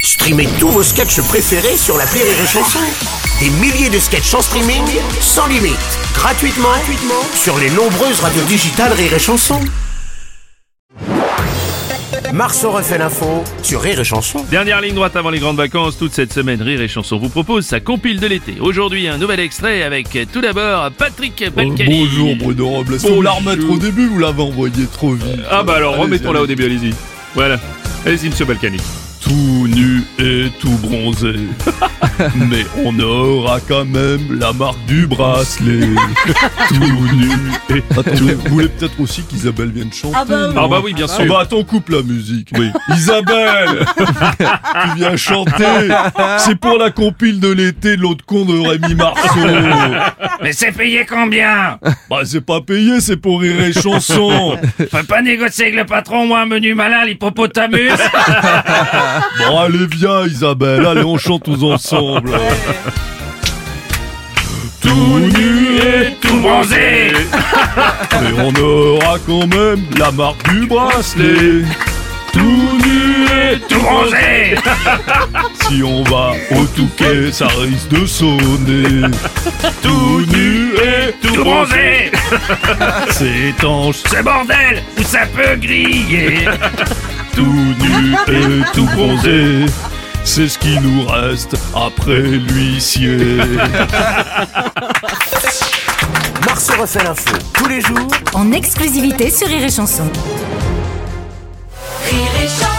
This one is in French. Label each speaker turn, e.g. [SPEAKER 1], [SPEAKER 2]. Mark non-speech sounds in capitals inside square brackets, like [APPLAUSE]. [SPEAKER 1] Streamez tous vos sketchs préférés sur la Rire et Chanson. Des milliers de sketchs en streaming, sans limite, gratuitement, gratuitement sur les nombreuses radios digitales Rire et Chanson. Marceau refait l'info sur Rire et Chanson.
[SPEAKER 2] Dernière ligne droite avant les grandes vacances, toute cette semaine, Rire et Chanson vous propose sa compile de l'été. Aujourd'hui, un nouvel extrait avec euh, tout d'abord Patrick Balkany.
[SPEAKER 3] Oh, bonjour Bruno Robles. Faut
[SPEAKER 2] Bonjour.
[SPEAKER 3] la remettre au début, vous l'avez envoyé trop vite.
[SPEAKER 2] Ah bah alors,
[SPEAKER 3] Allez-y,
[SPEAKER 2] remettons-la au
[SPEAKER 3] allez-y. Ah,
[SPEAKER 2] début, allez-y. Voilà. Allez-y, monsieur Balkany.
[SPEAKER 3] Tout nu et tout [LAUGHS] bronzé. Mais on aura quand même la marque du [LAUGHS] bracelet. tout nu et tout. Vous voulez peut-être aussi qu'Isabelle vienne chanter
[SPEAKER 4] Ah bah oui.
[SPEAKER 2] Ah bah oui, bien
[SPEAKER 3] Ah
[SPEAKER 2] sûr.
[SPEAKER 3] bah attends, coupe la musique.
[SPEAKER 2] [LAUGHS]
[SPEAKER 3] Isabelle Tu viens chanter C'est pour la compile de l'été de l'autre con de Rémi Marceau
[SPEAKER 5] Mais c'est payé combien
[SPEAKER 3] Bah c'est pas payé, c'est pour rire et chanson
[SPEAKER 5] Faut pas négocier avec le patron, moi, un menu malin, l'hippopotamus
[SPEAKER 3] Bon, allez, viens, Oh, Isabelle, allez, on chante tous ensemble. Tout nu et
[SPEAKER 5] Tout bronzé
[SPEAKER 3] [LAUGHS] Mais on aura quand même la marque du bracelet. Tout nu et
[SPEAKER 5] Tout bronzé
[SPEAKER 3] [LAUGHS] Si on va au Touquet, ça risque de sonner. Tout nu et
[SPEAKER 5] Tout bronzé
[SPEAKER 3] C'est étanche,
[SPEAKER 5] Ce bordel où ça peut griller
[SPEAKER 3] tout nu et tout bronzé. C'est ce qui nous reste après l'huissier.
[SPEAKER 1] Marceau refait l'info tous les jours
[SPEAKER 4] En exclusivité sur Rire et Chanson.
[SPEAKER 6] Rire et chanson.